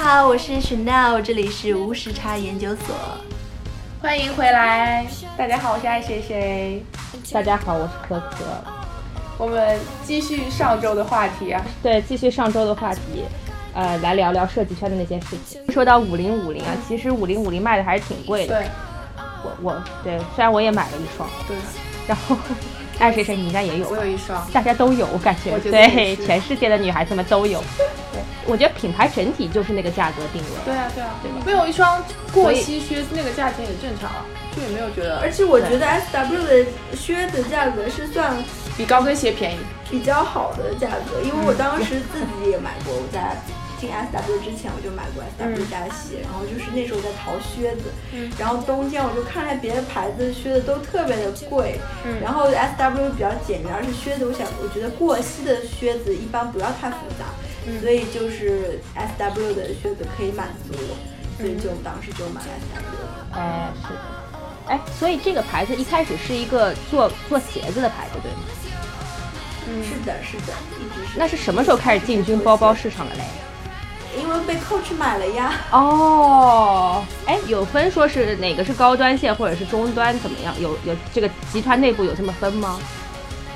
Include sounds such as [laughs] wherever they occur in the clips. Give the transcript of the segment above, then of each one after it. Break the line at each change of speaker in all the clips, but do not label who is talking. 好，我是 Chanel，这里是无时差研究所。
欢迎回来，大家好，我是爱谁谁。
大家好，我是可可。
我们继续上周的话题啊，
对，继续上周的话题，呃，来聊聊设计圈的那些事情。说到五零五零啊，其实五零五零卖的还是挺贵的。
对
我我对，虽然我也买了一双，
对，
然后 [laughs] 爱谁谁你应该也有
我
吧
有？一双，
大家都有，我感觉
我觉得
对
也，是
全世界的女孩子们都有。对，我觉得品牌整体就是那个价格定位。
对啊对啊
对，吧
我有一双过膝靴，那个价钱也正常啊，就也没有觉得
而且我觉得 S W 的靴子价格是算
比高跟鞋便宜。
比较好的价格，因为
嗯
我当时自己也买过，我在进 S W 之前我就买过 S
嗯
W 家鞋，然后就是那时候在淘靴子，然后冬天我就看见别的牌子的靴子都特别的贵，
嗯
然后 S W 比较简约，而且靴子我想我觉得过膝的靴子一般不要太复杂，
嗯
所以就是 S W 的靴子可以满足我，
嗯
所以就当时就买了 S W。
哎，是的。哎，所以这个牌子一开始是一个做做鞋子的牌子，对吗？
是的，是的，一直是。
嗯那是什么时候开始进军包包市场的嘞？
因为被 Coach 买了呀。
哦，哎，有分说是哪个是高端线或者是中端怎么样？有有这个集团内部有这么分吗？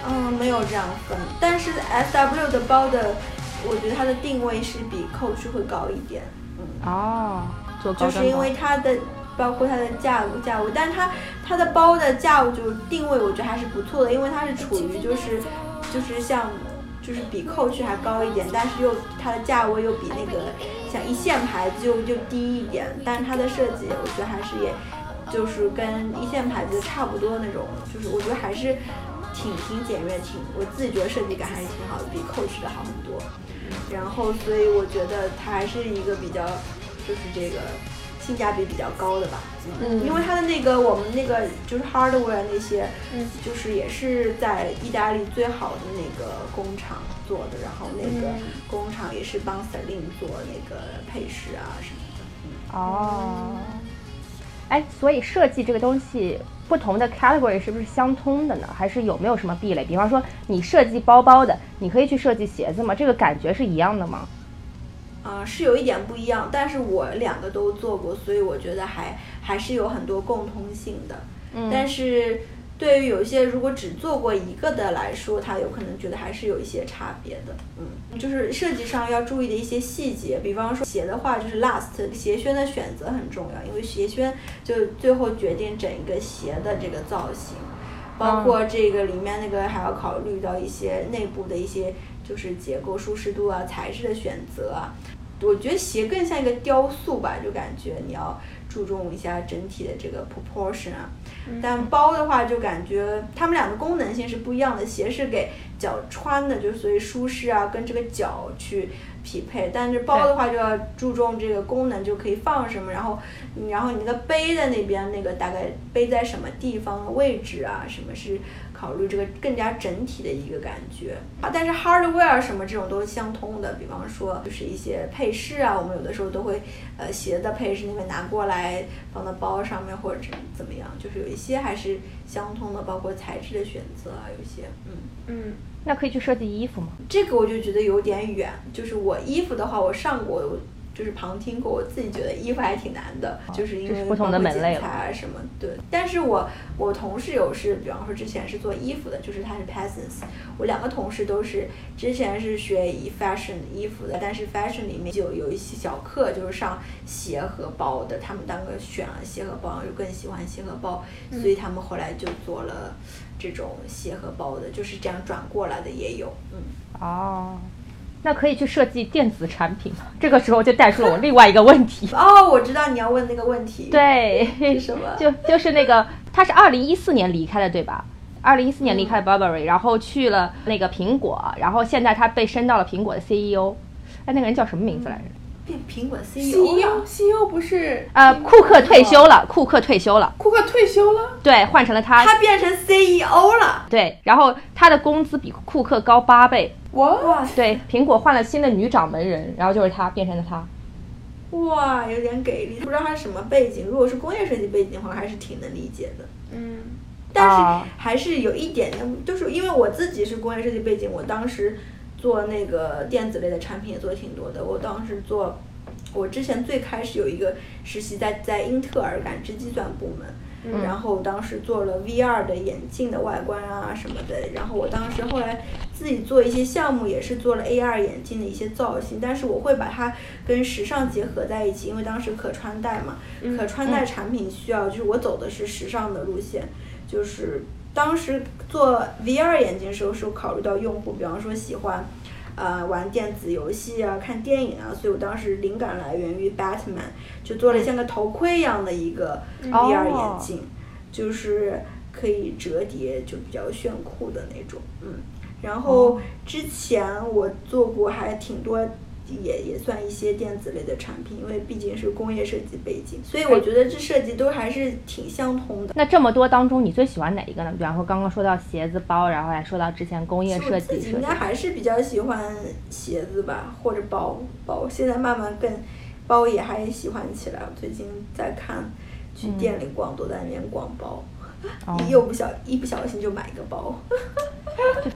嗯，没有这样分，但是 S W 的包的，我觉得它的定位是比 Coach 会高一点，
哦，做高
就
端
是因
包
为它的包括它的价格价位，但是它它的包的价位就定位，我觉得还是不错的，因为它是处于就是就是像就是比 Coach 还高一点，但是又它的价位又比那个像一线牌子又就低一点，但是它的设计我觉得还是也就是跟一线牌子差不多那种，就是我觉得还是挺挺简约，挺我自己觉得设计感还是挺好的，比 Coach 的好很多。然后，所以我觉得它还是一个比较，就是这个性价比比较高的吧。嗯，因为它的那个我们那个就是 hardware 那些，嗯，就是也是在意大利最好的那个工厂做的，然后那个工厂也是帮 Celine 做那个配饰啊什么的。
哦，哎，所以设计这个东西，不同的 category 是不是相通的呢？还是有没有什么壁垒？比方说你设计包包的，你可以去设计鞋子吗？这个感觉是一样的吗？
啊、是有一点不一样，但是我两个都做过，所以我觉得还还是有很多共通性的。嗯但是对于有一些如果只做过一个的来说，他有可能觉得还是有一些差别的。嗯，就是设计上要注意的一些细节，比方说鞋的话，就是 last 鞋楦的选择很重要，因为鞋楦就最后决定整个鞋的这个造型。包括这个里面那个还要考虑到一些内部的一些就是结构舒适度啊、材质的选择啊。我觉得鞋更像一个雕塑吧，就感觉你要注重一下整体的这个 proportion 啊。但包的话，就感觉它们俩的功能性是不一样的。鞋是给脚穿的，就是所以舒适啊，跟这个脚去匹配。但是包的话，就要注重这个功能，就可以放什么，然后，然后你那个背的那边那个大概背在什么地方位置啊，什么是考虑这个更加整体的一个感觉啊。但是 hardware 什么这种都是相通的，比方说就是一些配饰啊，我们有的时候都会呃鞋的配饰那边拿过来放到包上面或者怎么样，就是有一些还是相通的，包括材质的选择啊，有一些嗯。
嗯，
那可以去设计衣服吗？
这个我就觉得有点远。就是我衣服的话，我上过，我就是旁听过，我自己觉得衣服还挺难的，就是因
啊这是
为
不同的
包括
门类
剪裁啊什么对。但是我我同事有是，比方说之前是做衣服的，就是他是 peasants，我两个同事都是之前是学以 fashion 衣服的，但是 fashion 里面就有一些小课就是上鞋和包的，他们当个选了鞋和包，就更喜欢鞋和包，所
嗯
以他们后来就做了这种鞋和包的，就是这样转过来的也有，嗯。。
哦，那可以去设计电子产品吗？这个时候就带出了我另外一个问题
哦，我知道你要问那个问题。，
对，
[laughs] 是什么
[laughs] 就就是那个，他是二零一四年离开的，对吧？二零一四年离开
嗯
了 Burberry，、然后去了那个苹果，然后现在他被升到了苹果的 CEO。哎，那个人叫什么名字来着？
变苹果 E CEO
西欧
了。
西 E 欧不是
呃，库克退休了，库克退休了，
库克退休了，
对，换成了他，
他变成 CEO 了，
对，然后他的工资比库克高八倍，
我
对，苹果换了新的女掌门人，然后就是他变成了他，
哇，有点给力。不知道他是什么背景，如果是工业设计背景的话，还是挺能理解的。
嗯，
但
啊
是还是有一点点，就是因为我自己是工业设计背景，我当时做那个电子类的产品也做得挺多的。我当时做我之前最开始有一个实习在在英特尔感知计算部门，然后当时做了 VR 的眼镜的外观啊什么的，然后我当时后来自己做一些项目，也是做了 AR 眼镜的一些造型，但是我会把它跟时尚结合在一起，因为当时可穿戴嘛，可穿戴产品需要，就是我走的是时尚的路线，就是当时做 VR 眼镜的时候是考虑到用户，比方说喜欢。呃，玩电子游戏啊，看电影啊，所以我当时灵感来源于 Batman，就做了像个头盔一样的一个 VR 眼镜，就是可以折叠，就比较炫酷的那种，嗯。然后之前我做过还挺多，也也算一些电子类的产品，因为毕竟是工业设计背景，所以我觉得这设计都还是挺相通的。
那这么多当中，你最喜欢哪一个呢？比方说刚刚说到鞋子包，然后还说到之前工业
我
设
自
计
己
设
应
计
该，还是比较喜欢鞋子吧，或者包包。现在慢慢更包也还喜欢起来。我最近在看，去店里逛，都在那边逛包，
嗯哦
一又不小一不小心就买一个包。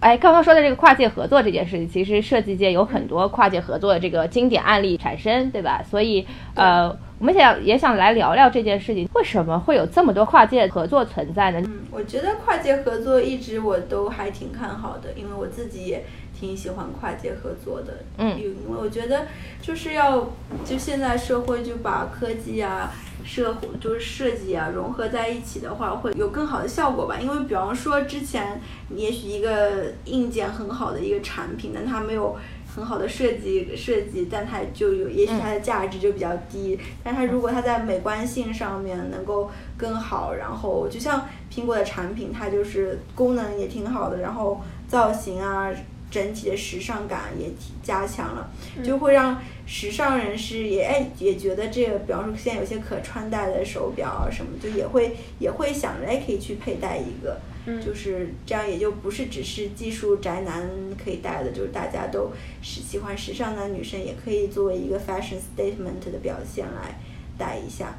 哎，刚刚说的这个跨界合作这件事情，其实设计界有很多跨界合作的这个经典案例产生，对吧？所以，呃，我们想也想来聊聊这件事情，为什么会有这么多跨界合作存在呢？
嗯，我觉得跨界合作一直我都还挺看好的，因为我自己也挺喜欢跨界合作的。
嗯
因为我觉得就是要就现在社会就把科技啊、社会就是设计啊融合在一起的话，会有更好的效果吧。因为比方说之前也许一个硬件很好的一个产品，但它没有。很好的设计设计，但它就有，也许它的价值就比较低。但它如果它在美观性上面能够更好，然后就像苹果的产品，它就是功能也挺好的，然后造型啊，整体的时尚感也提加强了，就会让时尚人士也哎也觉得这个，比方说现在有些可穿戴的手表啊什么，就也会也会想着哎可以去佩戴一个。就是这样，也就不是只是技术宅男可以戴的，就是大家都是喜欢时尚的女生也可以作为一个 fashion statement 的表现来戴一下。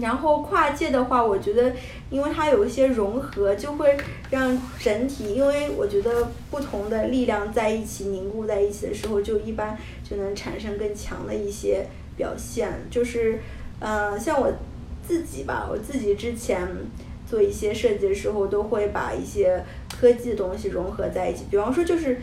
然后跨界的话，我觉得，因为它有一些融合，就会让整体，因为我觉得不同的力量在一起凝固在一起的时候，就一般就能产生更强的一些表现。就是，呃，像我自己吧，我自己之前做一些设计的时候，都会把一些科技的东西融合在一起，比方说就是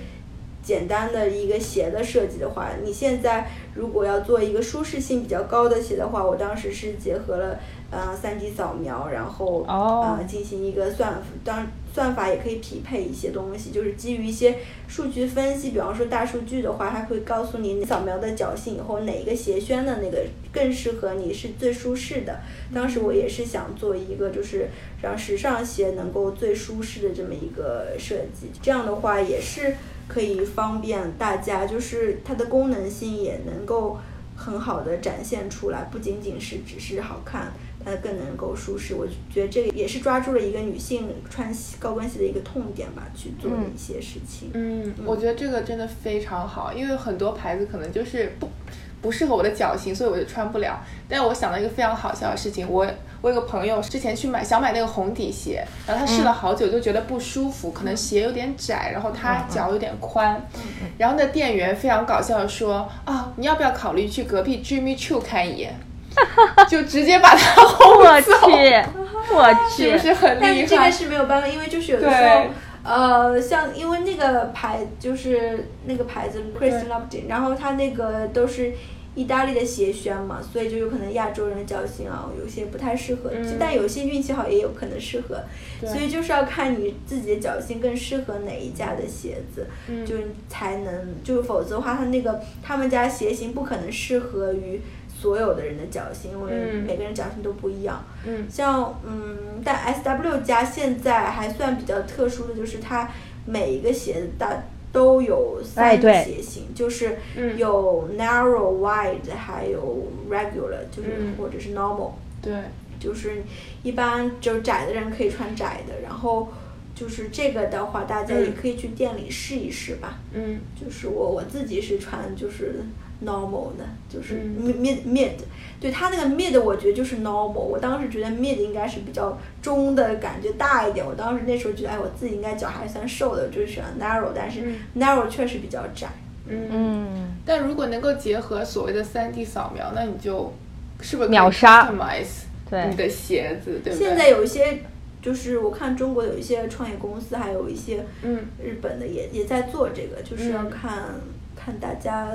简单的一个鞋的设计的话，你现在如果要做一个舒适性比较高的鞋的话，我当时是结合了呃三 D 扫描，然后
哦
呃进行一个算当算法也可以匹配一些东西，就是基于一些数据分析，比方说大数据的话，它会告诉你你扫描的脚型以后哪一个鞋楦的那个更适合你是最舒适的。当时我也是想做一个就是让时尚鞋能够最舒适的这么一个设计，这样的话也是可以方便大家，就是它的功能性也能够很好的展现出来，不仅仅是只是好看，它更能够舒适。我觉得这个也是抓住了一个女性穿西高跟鞋的一个痛点吧，去做的一些事情。
嗯，我觉得这个真的非常好，因为很多牌子可能就是不不适合我的脚型，所以我就穿不了。但我想到一个非常好笑的事情，我我有个朋友之前去买想买那个红底鞋，然后他
嗯
试了好久就觉得不舒服，可能鞋有点窄，然后
嗯
他脚有点宽，然后那店员非常搞笑的说啊，你要不要考虑去隔壁 Jimmy Choo 看一眼？ [laughs] 就直接把他轰
我去
走，，
我
是不
去，
是很
但
厉
是
害？
这个是没有办法，因为就是有的时
对
候，呃，像因为那个牌就是那个牌子 Chris Louboutin，然后它那个都是意大利的鞋楦嘛，所以就有可能亚洲人的脚型啊，有些不太适合，
嗯
但有些运气好也有可能适合，所以就是要看你自己的脚型更适合哪一家的鞋子，
嗯
就才能，就否则的话，它那个他们家鞋型不可能适合于。所有的人的脚型，因为
嗯
每个人脚型都不一样，
嗯
像嗯，但 S W 家现在还算比较特殊的，就是它每一个鞋子大都有三
哎
个
对
鞋型，就是
嗯
有 narrow、wide，还有 regular，就是、
嗯
或者是 normal，
对，
就是一般就窄的人可以穿窄的，然后就是这个的话，大家也可以去店里试一试吧。
嗯
就是我我自己是穿就是 normal 的，就是
嗯
mid mid mid，对它那个 mid 我觉得就是 normal，我当时觉得 mid 应该是比较中的感觉大一点，我当时那时候觉得哎我自己应该脚还算瘦的，就是喜欢 narrow，但是
嗯
narrow 确实比较窄，
嗯，
但如果能够结合所谓的三 D 扫描，那你就是不是可以
秒杀
customize
对
你的鞋子，对不对？
现在有一些，就是我看中国有一些创业公司，还有一些
嗯
日本的也也在做这个，就是要
嗯
看、看大家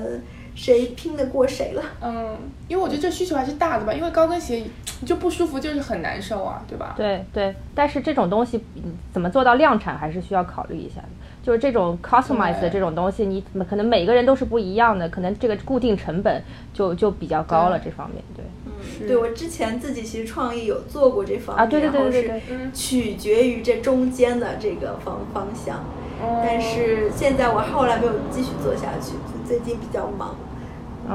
谁拼得过谁了。
嗯，因为我觉得这需求还是大的吧，因为高跟鞋你就不舒服，就是很难受啊，对吧？
对对，但是这种东西嗯怎么做到量产，还是需要考虑一下的。就是这种 customize 的
对
这种东西，你怎么可能每个人都是不一样的，可能这个固定成本就就比较高了
对
这方面。对，
是
对我之前自己其实创意有做过这方面，
啊对对对对对
然后
嗯
是取决于这中间的这个方方向。
哦
嗯
但是现在我后来没有继续做下去，就最近比较忙。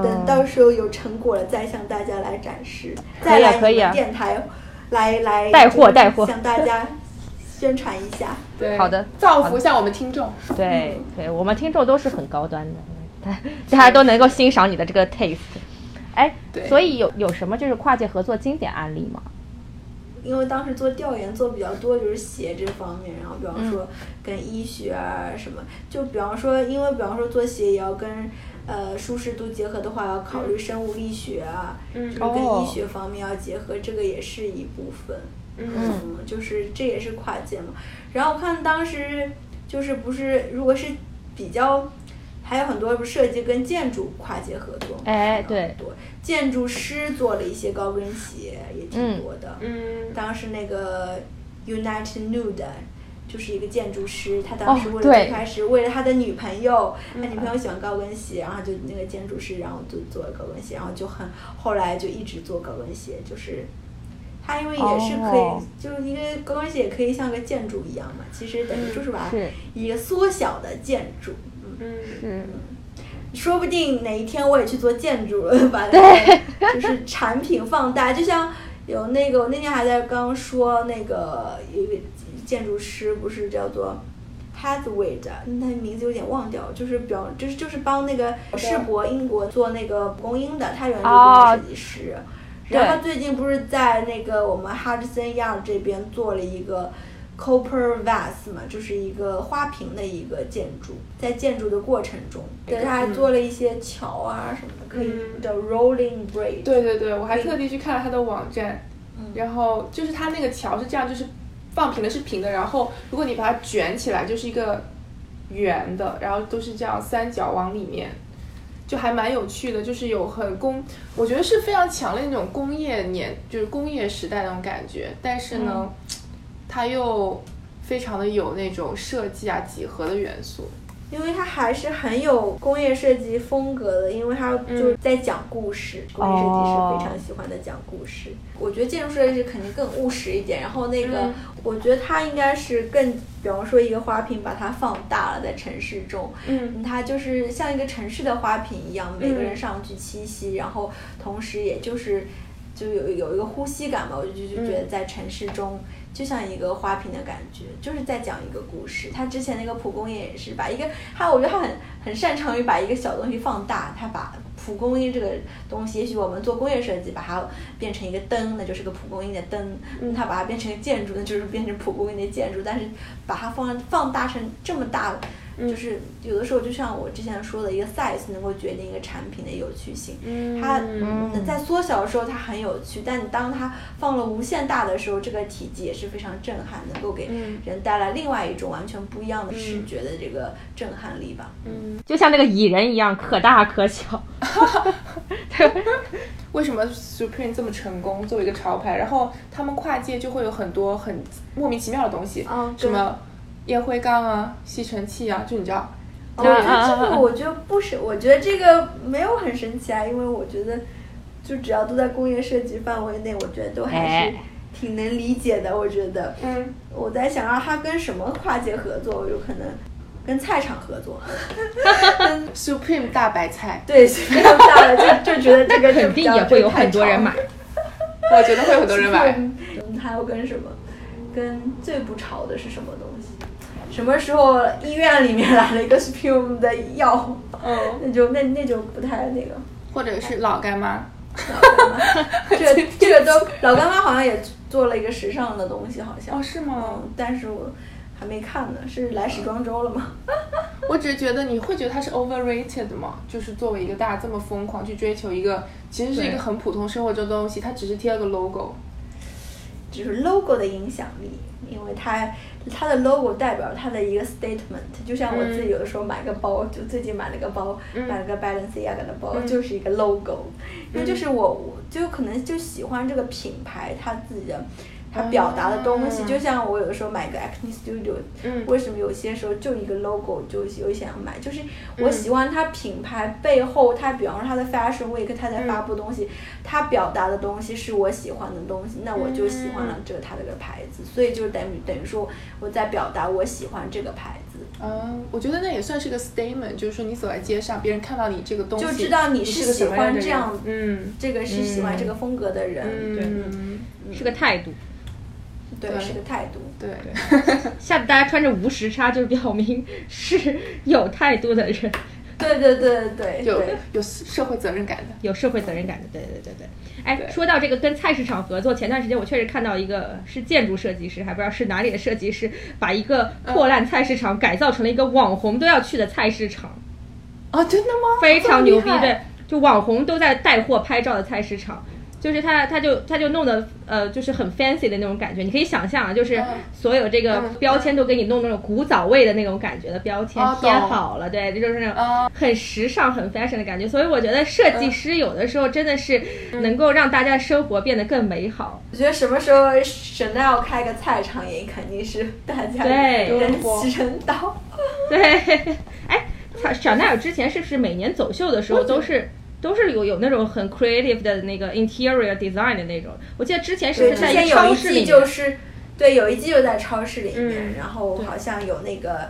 等
嗯
到时候有成果了，再向大家来展示，
可以啊
再来
可
你
以啊
们电台来来
带货带货
向大家宣传一下。
对，
好的
造福一下我们听众。
对对，我们听众都是很高端的，大大家都能够欣赏你的这个 taste。哎，
对
所以有有什么就是跨界合作经典案例吗？
因为当时做调研做比较多，就是鞋这方面，然后比方说跟医学啊什么，就比方说，因为比方说做鞋也要跟呃舒适度结合的话，要考虑生物力学啊，
嗯
就是跟
哦
医学方面要结合，这个也是一部分。
嗯
就是这也是跨界嘛。然后我看当时就是不是，如果是比较，还有很多不是设计跟建筑跨界合作嘛，
哎
还有
对
很多建筑师做了一些高跟鞋，也挺
嗯
多的。
嗯，
当时那个 United Nude 就是一个建筑师，他当时
哦
为了
对嗯
最开始为了他的女朋友，他女朋友喜欢高跟鞋，然后就那个建筑师，然后就做高跟鞋，然后就很后来就一直做高跟鞋，就是。他因为也是可以
哦
就是一个高跟鞋也可以像个建筑一样嘛，其实等于就是把
嗯是
一个缩小的建筑，嗯，
嗯，
是，
说不定哪一天我也去做建筑 [laughs] 了，把那个就是产品放大，就像有那个我那天还在刚刚说那个有一个建筑师不是叫做 Hathaway 的，那名字有点忘掉，就是表就是就是帮那个世博英国做那个蒲公英的，他原来是
哦
一个设计师。
对
然后他最近不是在那个我们 Hudson Yard 这边做了一个 Copper Vase 嘛，就是一个花瓶的一个建筑，在建筑的过程中，对，他还做了一些桥啊什么的，可以
嗯
叫 Rolling Bridge，
对对对，我还特地去看了他的网站，然后就是他那个桥是这样，就是放平的是平的，然后如果你把它卷起来，就是一个圆的，然后都是这样三角往里面。就还蛮有趣的，就是有很工，我觉得是非常强烈那种工业年，就是工业时代那种感觉。但是呢，它又非常的有那种设计啊几何的元素。
因为它还是很有工业设计风格的，因为它
嗯
就是在讲故事，工业设计
哦
师非常喜欢的讲故事。我觉得建筑设计师肯定更务实一点，然后那个、
嗯
我觉得它应该是更，比方说一个花瓶把它放大了在城市中，
嗯
它就是像一个城市的花瓶一样，每个人上去栖息，然后同时也就是就有有一个呼吸感吧，我就就就觉得在城市中。就像一个花瓶的感觉，就是在讲一个故事。他之前那个蒲公英也是把一个他，我觉得他很很擅长于把一个小东西放大。他把蒲公英这个东西，也许我们做工业设计，把它变成一个灯，那就是个蒲公英的灯；他把它变成一个建筑，那就是变成蒲公英的建筑。但是把它放放大成这么大，就是有的时候就像我之前说的，一个 size 能够决定一个产品的有趣性。它
嗯
在缩小的时候它很有趣，但你当它放了无限大的时候，这个体积也是非常震撼，能够给
嗯
人带来另外一种完全不一
嗯
样的视觉的这个震撼力吧。
嗯，
就像那个蚁人一样，可大可小。 [laughs]
为什么 Supreme 这么成功作为一个潮牌，然后他们跨界就会有很多很莫名其妙的东西，
嗯
什么烟灰缸啊、吸尘器啊，就你知道，
我觉得这
啊啊啊
个我觉得不是，我觉得这个没有很神奇啊，因为我觉得就只要都在工业设计范围内，我觉得都还是
哎
挺能理解的。我觉得，
嗯，
我在想让他跟什么跨界合作，我有可能跟菜场合作。 [laughs]
Supreme 大白菜，
对，这个大了就就觉得这个
[laughs] 肯定也会有很多人买。
我觉得会有很多人买。 [laughs]
嗯，还有跟什么？跟最不潮的是什么东西？什么时候医院里面来了一个 Supreme 的药？
嗯，
那就那那就不太那个。
或者是老干妈，
这个这个都老干妈好像也做了一个时尚
哦
的东西，好像
哦，是吗？
嗯，但是我还没看呢，是来时装周了吗？
我只是觉得你会觉得它是 overrated 吗？就是作为一个大家这么疯狂去追求一个，其实是一个
对
很普通生活中的东西，它只是贴了个 logo。
就是 logo 的影响力，因为它它的 logo 代表它的一个 statement，就像我自己有的时候买个包，就最近买了个包，买了个 Balenciaga 的包，就是一个 logo，因为就是我我就可能就喜欢这个品牌它自己的。它表达的东西，
嗯
就像我有的时候买个 Acne Studio，、
嗯
为什么有些时候就一个 logo 就有想要买？就是我喜欢它品牌背后，它比方说它的 Fashion Week，它在发布东西，它表达的东西是我喜欢的东西，那我就喜欢了这个它这个牌子，所以就等于等于说我在表达我喜欢这个牌子，
嗯，我觉得那也算是个 statement，就是说你走在街上，别人看到你这个东西，
就知道你
你
是
个
喜
什么样
欢
的
这
人
样，
嗯
这个是喜欢这个风格的人，
嗯，
是个态度。
对，
对
是个态度。
对对。
下次大家穿着无时差，就表明是有态度的人，
对对对对
有
对，
有社会责任感的。
有社会责任感的。对对对对。哎，
对
说到这个跟菜市场合作，前段时间我确实看到一个是建筑设计师，还不知道是哪里的设计师，把一个破烂菜市场改造成了一个网红都要去的菜市场，
啊，真的吗？
非常牛逼
这么厉害
对，就网红都在带货拍照的菜市场。就是他，他就他就弄得呃，就是很 fancy 的那种感觉。你可以想象啊，就是
嗯
所有这个
嗯
标签都给你弄那种古早味的那种感觉的标签
哦
贴
懂
好了，对，这就是那种
啊，
很时尚、很 fashion 的感觉，所以我觉得设
嗯
计师有的时候真的是能够让大家的生活变得更美好。
我觉得什么时候 Chanel 开个菜场也肯定是大家
对
人齐人到。 [laughs]
对，哎，小小奈尔之前是不是每年走秀的时候都是都是有有那种很 creative 的那个 interior design 的那种？我记得之前是
对，
不是
之
在
前
一个
有
超
一
市里
季
面？
就是，对，有一季就在超市里面，
嗯
然后好像有那个，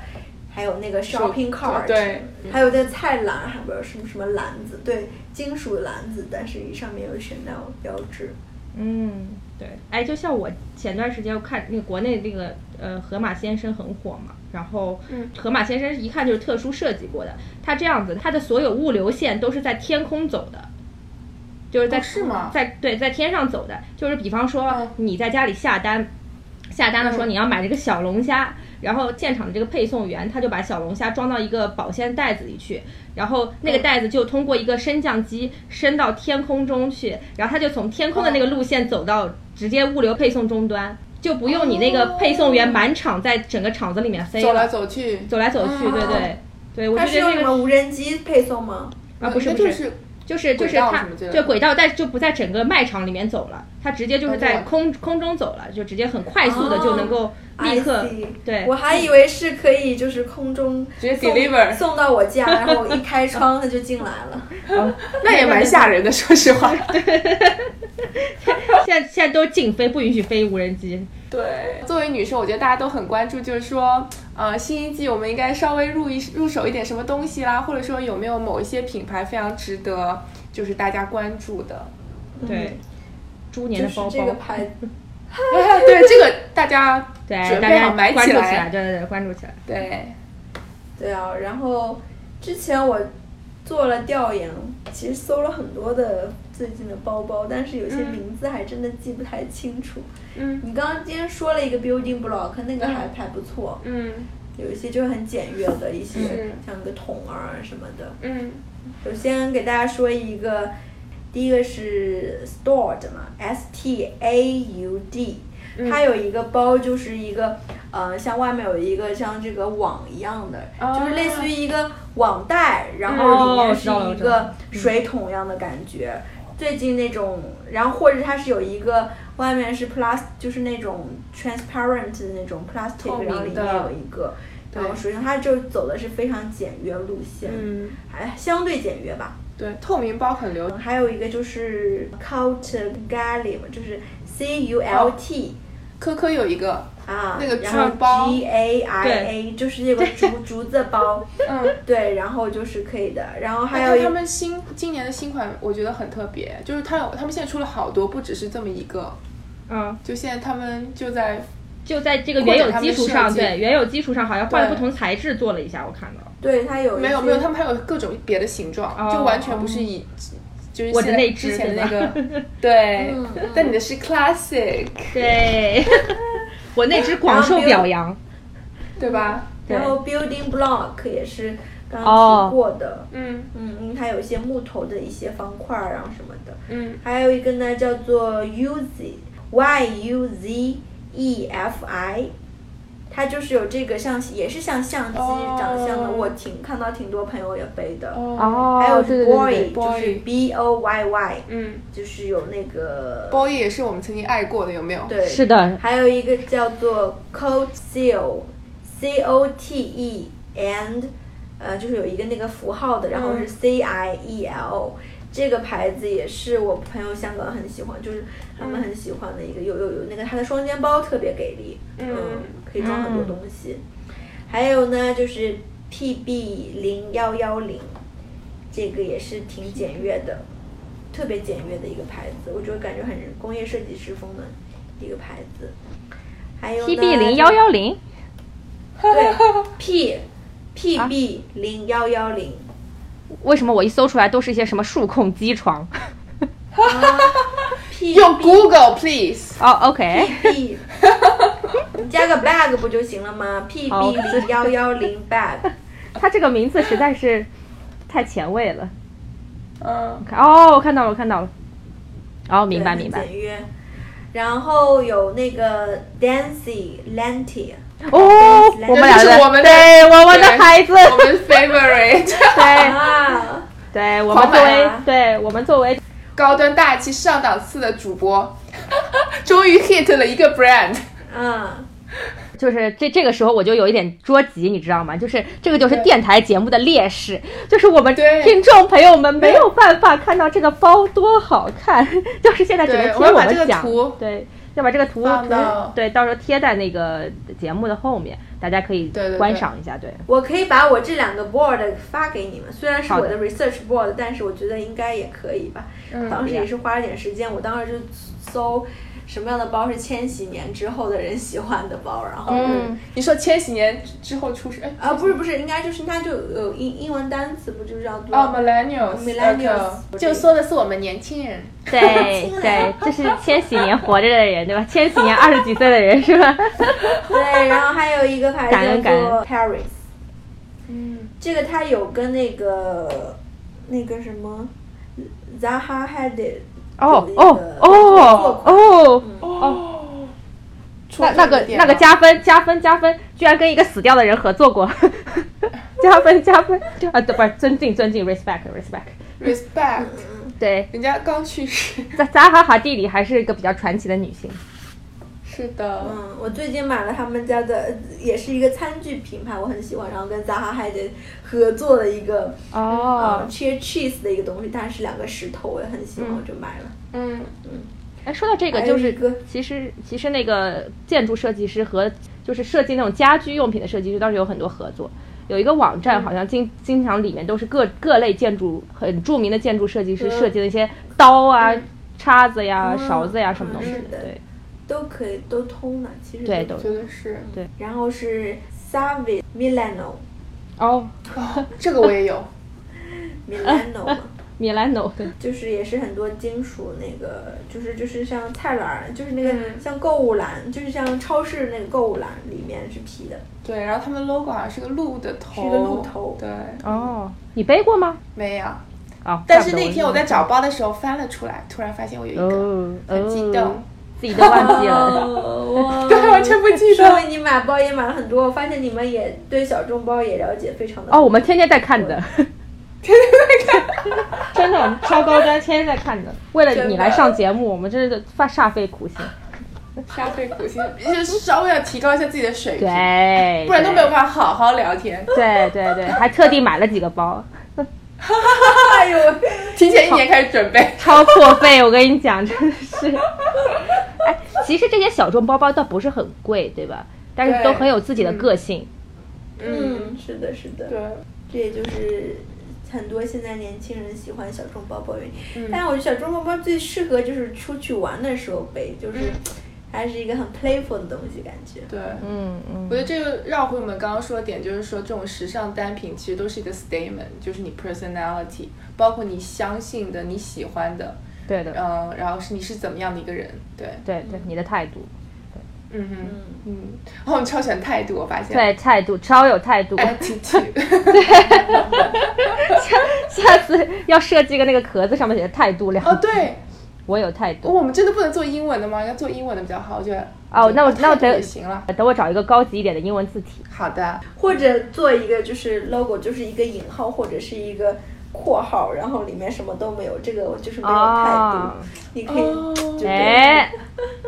还有那个
手
shopping cart，
对
嗯
还有那个菜篮，还不知道什么什么篮子，对，金属篮子，但是上面有 Chanel 标志。
嗯，对，哎，就像我前段时间看那个国内那个呃河马先生很火嘛，然后
嗯
河马先生一看就是特殊设计过的，他这样子，他的所有物流线都是在天空走的。就是在、
哦是吗
在对，在天上走的，就是比方说
嗯
你在家里下单，下单了说
嗯
你要买这个小龙虾，然后现场的这个配送员他就把小龙虾装到一个保鲜袋子里去，然后那个袋子就通过一个升降机升到天空中去，然后他就从天空的那个路线走到直接物流配送终端，就不用你那个配送员满场在整个厂子里面飞
走来
了，
走去，嗯
走来走去，对对对，我
它
就是觉
用
得
什
这
么
个
无人机配送吗？
啊不是
呃那
不。
就是是
就是就是
轨道
它
什么之类的
对轨道，但就不在整个卖场里面走了，它直接就是在
哦对哦
空空中走了，就直接很快速的就能够立
I
刻
see
对
我还以为是可以就是空中
直接
送
deliver
送到我家，然后一开
[laughs]
窗它就进来了。
那也蛮吓人的，说实 [laughs] 话。
现在现在都禁飞，不允许飞无人机。
对，作为女生，我觉得大家都很关注，就是说，呃，新一季我们应该稍微入一入手一点什么东西啦，或者说有没有某一些品牌非常值得就是大家关注 [laughs] 的。
对，猪年
就
的
是
包
这个
包，
牌子，
对，这个大家
对
准
大
备好
家
买
关注
起
起
来
来，。对对对，关注起来。
对，
对啊，然后之前我做了调研，其实搜了很多的最近的包包，但是有些
嗯
名字还真的记不太清楚。
嗯
你刚刚今天说了一个 building block，那个还、
嗯
还不错，
嗯
有一些就很简约的一些
是，
像个桶啊什么的。
嗯
首先给大家说一个，第一个是 Staud 嘛，S T A U D，它
嗯
有一个包，就是一个呃，像外面有一个像这个网一样的，
哦
就是类似于一个网袋，然后里面
哦
是
知道了
一
知道
个
了
水桶一样的感觉。
哦
最近那种，然后或者它是有一个外面是 plus，就是那种 transparent 的那种 plastic，
透明
然后里面
的
有一个，然后首先它就走的是非常简约路线，
嗯，
还哎相对简约吧。嗯
对，透明包很流行。
还有一个就是 Cult Gallim，就是 C U L T、
科科有一个，
啊，
哦那个
然后
竹包
G A I A，就是这个竹竹子包，
嗯，
对，然后就是可以的。然后还
还
有
哎有他
一
们新今年的新款，我觉得很特别，就是它有他们现在出了好多，不只是这么一个，
嗯，
就现在他们就在
就在这个
扩展
原有
他们
基础
设
上，
计
对原有基础上好像换了
对
不同材质做了一下，我看到。
对它有一
没有
些
没有，他们还有各种别的形状，
哦
就完全不是以就是
我的
现在
那只
之前的那
对
[laughs]
吧
个对
嗯嗯，
但你的是 classic
对，我那只广 [laughs]
然后
受
比如
表扬。
对吧？
对
然后 building block 也是刚
哦
刚提过的，
嗯
嗯，因为它有一些木头的一些方块儿啊什么的。
嗯
还有一个呢叫做 Uzi Y U Z E F I，它就是有这个像也是像相机
哦
长相的，我挺看到挺多朋友也背的。
哦，
哦，
还有
对
boy
对对对，
就是
boy
B O Y Y，
嗯
就是有那个
，boy 也是我们曾经爱过的，有没有？
对，
是的，
还有一个叫做 coat seal C O T E and 呃，就是有一个那个符号的，然后是
嗯
C I E L、这个牌子也是我朋友香港很喜欢，就是他们很喜欢的一个，有有有那个它的双肩包特别给力，
嗯
可以装
嗯
很多东西。还有呢，就是 P B 零幺幺零，这个也是挺简约的，特别简约的一个牌子，我就感觉很工业设计师风的一个牌子。还有
T
呢
B 零幺幺零，
对 P P B 零幺幺零，
为什么我一搜出来都是一些什么数控机床？啊
啊
[laughs]
用 Google please。
哦，OK，
[laughs]
[laughs]
B，你加个 bag 不就行了吗？P B
好
零幺幺零 bag，
它这个名字实在是太前卫了。
嗯，
看哦，我看到了，我看到了。哦， [laughs] 明白
对
明白。
简约。然后有那个 Dancy Lanty，
哦，我们俩
这就是
在
我们的
对我们的
对
孩子，
[laughs] 我们 favorite
对
啊，
对，我
狂
们作
买
为
啊
对我们作为
高端大气上档次的主播， [laughs] 终于 hit 了一个 brand。
嗯，
就是这这个时候我就有一点捉急，你知道吗？就是这个就是
对
电台节目的劣势，就是我们
对
听众朋友们没有办法看到这个包多好看， [laughs] 就是现在只能
对
听
我要把这
们
个
讲
图。
对，要把这个图
放到
对，到时候贴在那个节目的后面，大家可以
对对对
观赏
[laughs]
一下。对
我可以把我这两个 board 发给你们，虽然是
好
我
的嗯
的 research board，但是我觉得应该也可以吧。当时也是花了点时间，我当时就搜什么样的包是千禧年之后的人喜欢的包，然后
嗯
你说千禧年之后出生，哎
啊，不是不是，应该就是它就有英英文单词，不就叫做 [laughs]
哦，millennials，
millennials，
OK 就说的是我们年轻人。
对对，这是千禧年活着的人，对吧？千禧年二十几岁的人
[laughs]
是吧？
对，然后还有一个牌
感恩
子
[laughs] 感
叫做
恩
Paris，
嗯，
这个它有跟那个那个什么 Zaha Hadid
哦
有一个
哦
做
哦
款嗯
哦，
哦，
那那个那个
家
加分加分加分，居然跟一个死掉的人合作过， [laughs] 加分加分啊！对，不是尊敬尊敬，respect respect。
respect，
对，
人家刚去世。
扎扎哈哈蒂里还是一个比较传奇的女性。
是的，
嗯，我最近买了他们家的，也是一个餐具品牌，我很喜欢，然后跟 Zaha Hadid 合作的一个
哦
呃，切 cheese 的一个东西，它是两个石头，我也很喜欢，我就买了。
嗯，
哎，说到这个，
还有
就
一
是
个
其实其实那个建筑设计师和就是设计那种家居用品的设计师倒是有很多合作。有一个网
嗯
站，好像经经常里面都是各各类建筑很著名的建筑设计师
嗯
设计的一些刀啊、叉子呀、
嗯
勺子呀什么东西
是的
的。对
都可以都通的，其实
对，
都
都
觉得是。
然后是 Savi Milano
哦，
哦，这个我也有。
Milano 嘛，
米兰诺对。
就是也是很多金属那个，就是就是像菜篮儿，就是那个、
嗯
像购物篮，就是像超市那个购物篮里面是皮的。
[laughs] 对，然后他们 logo 好像是个鹿的头，
是一个鹿头
对，
哦，你背过吗？
没有。
啊、哦，
但是那天我
怪
在找包的时候翻了出来，突然发现我有一
不得
个，
我哦，
很激动
哦，自己都忘记 [laughs] 了。
[laughs] 哦，
[laughs] 对，完全不记
啊
说
得。
明你买包也买了很多，我发现你们也对小众包也了解非常的
哦，我们天天在看的， [laughs] 真的，我们超高端，天天在看的。为了你来上节目，我们真是发煞费
[laughs]
苦心。
沙费苦心，就是稍微要提高一下自己的水平，
对，
不然都没有办法好好聊天。
对。对对对，还特地买了几个包， [laughs]
哎呦，
提前一年开始准备。
超破费，我跟你讲，真的是。哎，其实这些小众包包倒不是很贵，对吧？但是
对
都很有自己的个性。
嗯，
嗯，是的，是的，
对，
这也就是很多现在年轻人喜欢小众包包原因。但是我觉得小众包包最适合就是出去玩的时候背，就是
嗯
还是一个很 playful 的东西，感觉。
对。
嗯嗯
我觉得这个绕回我们刚刚说的点，就是说这种时尚单品其实都是一个 statement，就是你 personality，包括你相信的、你喜欢的，
对的，
嗯，然后是你是怎么样的一个人，对，
对对，你的态度。
嗯哼，
嗯，
嗯，哦，你超喜欢态度，我发现。
对，态度超有态度。
哎 attitude，
[laughs] 下次要设计一个那个壳子，上面写的态度两
哦，对，哦
我有态度。
我们真的不能做英文的吗？应该做英文的比较好，我觉得。
哦那我那
态
我
度
得
也行了。
等我找一个高级一点的英文字体。
好的，
或者做一个就是 logo，就是一个引号或者是一个括号，然后里面什么都没有，这个就是没有态度。
啊
你可以
哦
就
哎，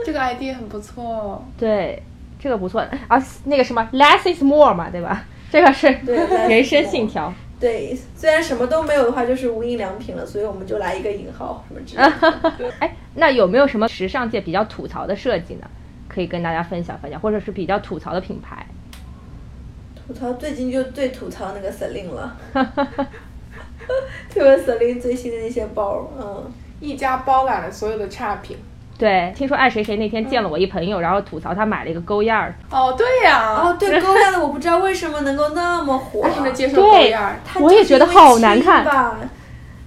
这个 idea 很不错。哦
对，这个不错啊，那个什么 less is more 嘛，对吧？这个是
对 less is more
人生信条。
对，虽然什么都没有的话，就是无印良品了，所以我们就来一个引号什么之类的。
[laughs] 哎，那有没有什么时尚界比较吐槽的设计呢？可以跟大家分享分享，或者是比较吐槽的品牌？
吐槽最近就最吐槽那个 Celine
[laughs]
了，特别 Celine 最新的那些包，嗯，
一家包揽了所有的差评。
对，听说爱谁谁那天见了我一朋友，然后吐槽他买了一个钩样儿，
哦，对呀、
哦，对，高亮的我不知道为什么能够那么火，
哎
为什么接受狗眼儿？
它
我也觉得好难看
就是因为轻吧。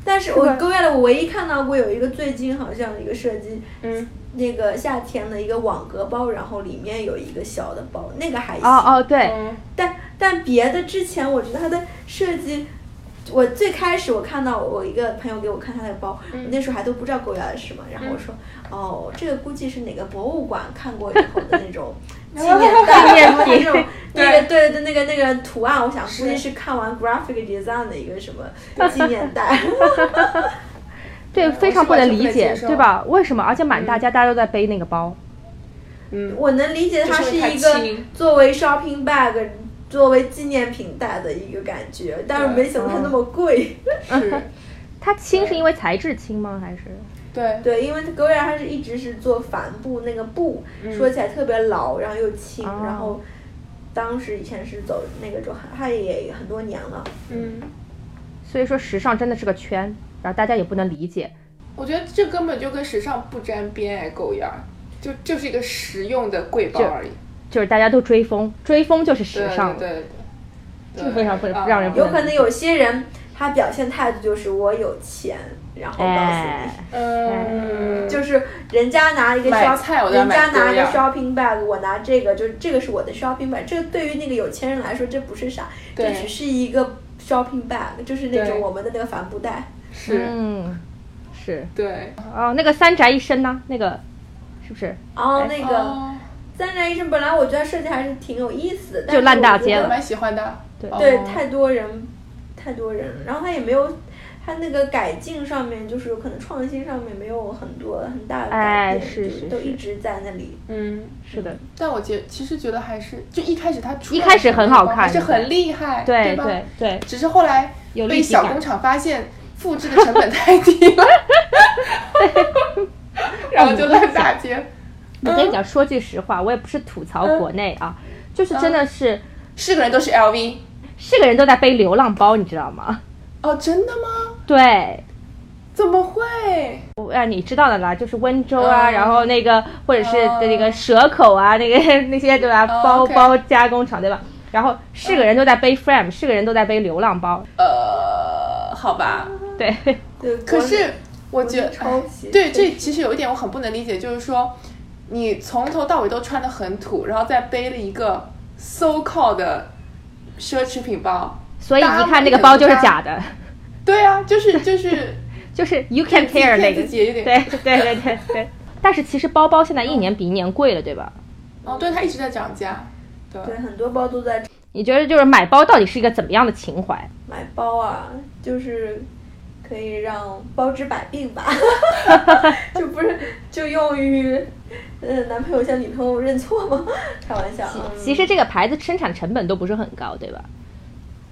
但是
是
我
吧
勾月的，我唯一看到过有一个最近好像有一个设计，
嗯，
那个夏天的一个网格包，然后里面有一个小的包，那个还行。
哦哦，对，
嗯
但但别的之前，我觉得它的设计，我最开始我看到我一个朋友给我看他的包，
嗯
我那时候还都不知道狗牙是什么，然后我说、哦，这个估计是哪个博物馆看过以后的那
[laughs]
种纪念
纪
袋，
念
然后它
品
这种那个对对那个那个图案，我想估计
是
是看完 graphic design 的一个什么纪念袋。
对，非常不能理
我是完全不能接，
解
受
对吧？为什么？而且满大街大家都在背那个包，
嗯，
[laughs] 我能理解它
就是是太
一个
轻
作为 shopping bag、作为纪念品袋的一个感觉，但是没想
嗯
到它那么贵。
是，
嗯它轻是因为材质轻吗？还是
[laughs] 对，
对，因为狗眼它是一直是做帆布，那个布、
嗯
说起来特别牢，然后又轻，
哦
然后当时以前是走那个就它它也很多年了。
嗯，
所以说时尚真的是个圈，然后大家也不能理解。
我觉得这根本就跟时尚不沾边哎，狗眼儿，就就是一个实用的贵包
就
而已。
就是大家都追风，追风就是时
对
尚。
对对对，
这非常会
啊
让人不
有可能有些人他表现态度就是我有钱，然后告诉你。
哎，
嗯，
就是人家拿一个
买
shop，
菜我都要
人
买
家拿
多
一个
样
shopping bag，我拿这个，就是这个是我的 shopping bag。这对于那个有钱人来说，这不是啥，这
对
只是一个 shopping bag，就是那
对哎
种我们的那个帆布袋。
是，
嗯，是
对，
哦，那个三宅一生呢？那个是不是？
然后那个
哦
三宅一生，本来我觉得设计还是挺有意思的，但
就是烂大
我觉
街
得
我
了
蛮喜欢的。
对
哦
对，太多人，太多人，然后他也没有。他那个改进上面，就是可能创新上面没有很多很大的改
哎
变，
是
就是都
是
一直在那里。
嗯。
是的，
但我觉其实觉得还是，就一开始他出
一
来
开始很好看
还是很厉害，
对
吧？
对对，
只是后来
有立
被
体
小
感
工厂发现复制的成本太低
[laughs]
了，然后就烂大街。
我跟你
嗯
讲，说句实话，我也不是吐槽国内啊，就是真的是
是个人都是 LV
是个人都在背流浪包，你知道吗？
哦，真的吗？
对，
怎么会？
我啊，你知道的啦，就是温州啊，
嗯
然后那个或者是那个蛇口啊，那个 [laughs] 那些对吧？
哦
包
OK
包加工厂对吧？然后是个人都在背 frame，是个人都在背流浪包，
呃，好吧。
对， [laughs]
对，
可
国内
是我觉得
国内抄袭
哎
对
对，这其实有一点我很不能理解，就是说你从头到尾都穿的很土，然后再背了一个 so called 的奢侈品包。
所以一看那个包就是假的，
对啊，就是
[laughs]
就是，
就是 you can
自己骗 [laughs]
care 那个，
自己有
对
点
对对对对。但是其实包包现在一年比一年贵了，对吧？
哦，对，它一直在涨价。对，
对很多包都在
你觉得就是买包到底是一个怎么样的情怀？
买包啊，就是可以让包治百病
[laughs]
吧，就不是就用于呃男朋友向女朋友认错吗？开玩笑，嗯
其实这个牌子生产成本都不是很高，对吧？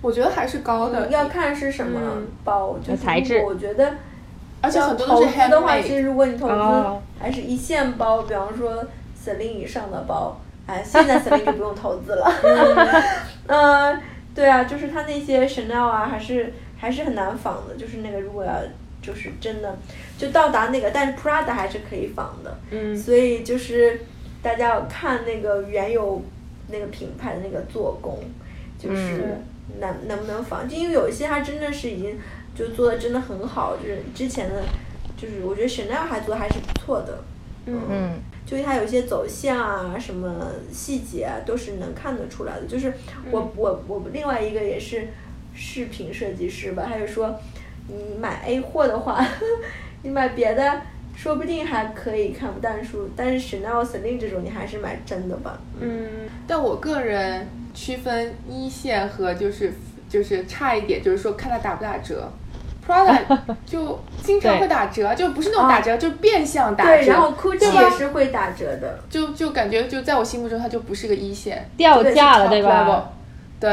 我觉得还是高的，
要看是什么
嗯
包，就是
材质
我觉得
而且
要
很多
投
都是
资的话，其
handmade。
实如果你投
哦
资还是一线包，比方说 Celine 以上的包，
[laughs]
哎，现在 Celine 就不用投资了。
嗯
[laughs] 呃，对啊，就是它那些 Chanel 啊，还是还是很难仿的。就是那个，如果要就是真的就到达那个，但是 Prada 还是可以仿的。
嗯
所以就是大家要看那个原有那个品牌的那个做工，就是能、能不能仿，就因为有一些它真的是已经就做的真的很好，就是之前的，就是我觉得 Chanel 还做的还是不错的，
嗯
嗯，
就是它有些走向啊、什么细节啊，都是能看得出来的。就是我、我我另外一个也是饰品设计师吧，他就说，你买 A 货的话， [laughs] 你买别的说不定还可以看不淡数，但是 Chanel、Celine 这种你还是买真的吧。
嗯，但我个人区分一线和就是就是差一点，就是说看它打不打 [laughs] 折。Prada 就经常会打折，就不是那种打折，就变相打折。
对，然后
对
Gucci
吧
也是会打折的。
就就感觉就在我心目中，它就不是个一线，
掉价了，
top
对吧？
level？对，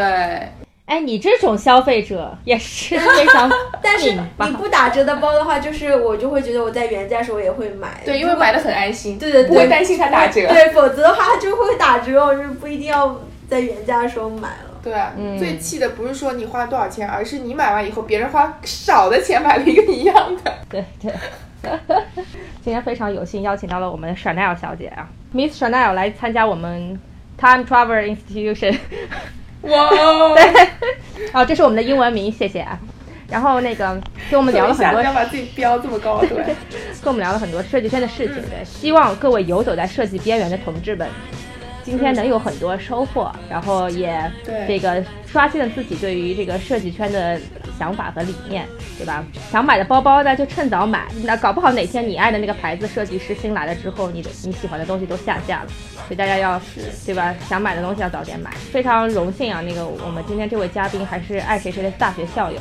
哎，你这种消费者也是非
[laughs]
常拧巴，
但是你不打折的包的话，就是我就会觉得我在原价时候也会买。
对，因
如
为
果
买的很安心，
对对对，
不会担心它打折。
对，否则的话它就会打折，我就不一定要在原价的时候买了。
对啊，最气的不是说你花多少钱，而是你买完以后别人花少的钱买了一个一样的。
对对。今天非常有幸邀请到了我们的 Chanel 小姐啊，Miss Chanel 来参加我们 Time Travel Institution
[laughs] 哇哦！
哦，这是我们的英文名，谢谢啊。然后那个跟我们聊了
一
很
下
多
子要把自己标这么高，
[laughs]
对。
跟我们聊了很多设计圈的事情，对，希望各位游走在设计边缘的同志们，今天能有很多收获，然后也
嗯对
这个刷新了自己对于这个设计圈的想法和理念，对吧？想买的包包呢，就趁早买，那搞不好哪天你爱的那个牌子设计师新来了之后，你的你喜欢的东西都下架了，所以大家要对吧？想买的东西要早点买。非常荣幸啊，那个我们今天这位嘉宾还是爱谁谁的大学校友。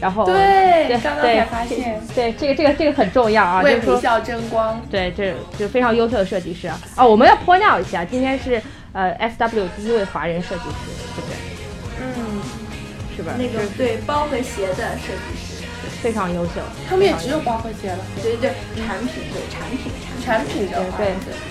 然后
对
对
刚刚
对
才发现
对这个这个这个很重要啊，就
为
是说
母校争光。
对，这就非常优秀的设计师啊！哦，我们要 point out 一下，今天是呃 S W 第一位华人设计师，对不对？
嗯，
是吧？
那个对包和鞋的设计师，
非常优秀，
他们也只有包和鞋了，
对对对，产品对产品产品。
产品的
对
话，
对，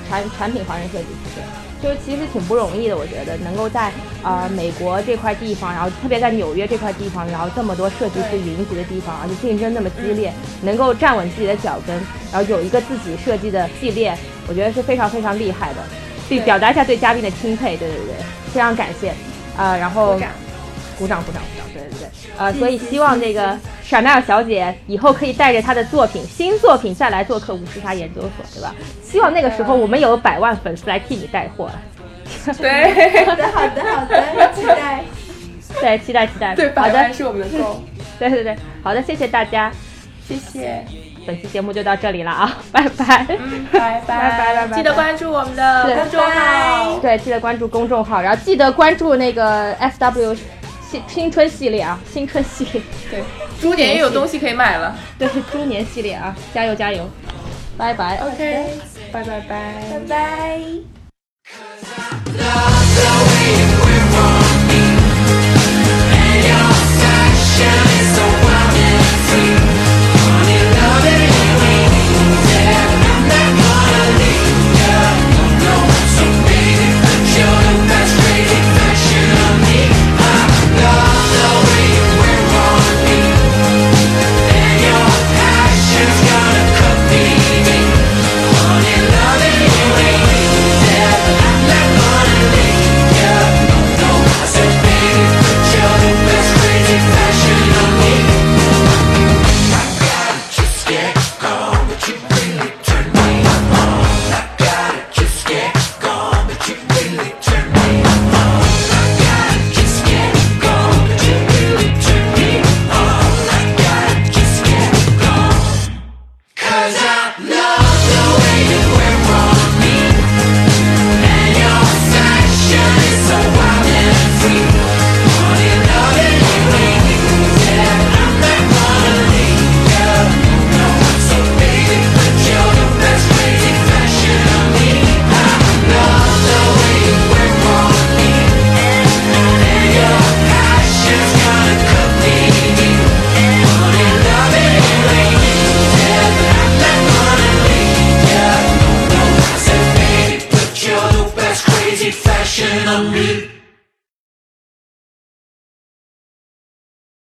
产产品华人设计师，对就是其实挺不容易的，我觉得能够在呃美国这块地方，然后特别在纽约这块地方，然后这么多设计师
对嗯
云集的地方，而且竞争那么激烈，能够站稳自己的脚跟，然后有一个自己设计的系列，我觉得是非常非常厉害的。对，
对
表达一下对嘉宾的钦佩，对对对，非常感谢，呃，然后
鼓掌
鼓掌，鼓掌，鼓掌，对对对，呃，所以希望这个闪奈尔小姐以后可以带着她的作品、新作品再来做客五十沙研究所，对吧？希望那个时候我们有百万粉丝来替你带货了，
[laughs] 对
好的好的好
[laughs]
的，期待。
对，期待期待，
对，
好
百
的嗯
万，是我们的 goal。
对对对，好的，谢谢大家，
谢谢，
本期节目就到这里了啊， [laughs] 拜拜，
嗯，拜
拜拜拜拜
记得关注我们的
对
公众号。
对，记得关注公众号，然后记得关注那个 S W 新青春系列啊，新春系列，
对，猪年也有东西可以买了。
对，猪年系列啊，加油加油，拜拜。
OK，拜拜拜。
拜拜。
love the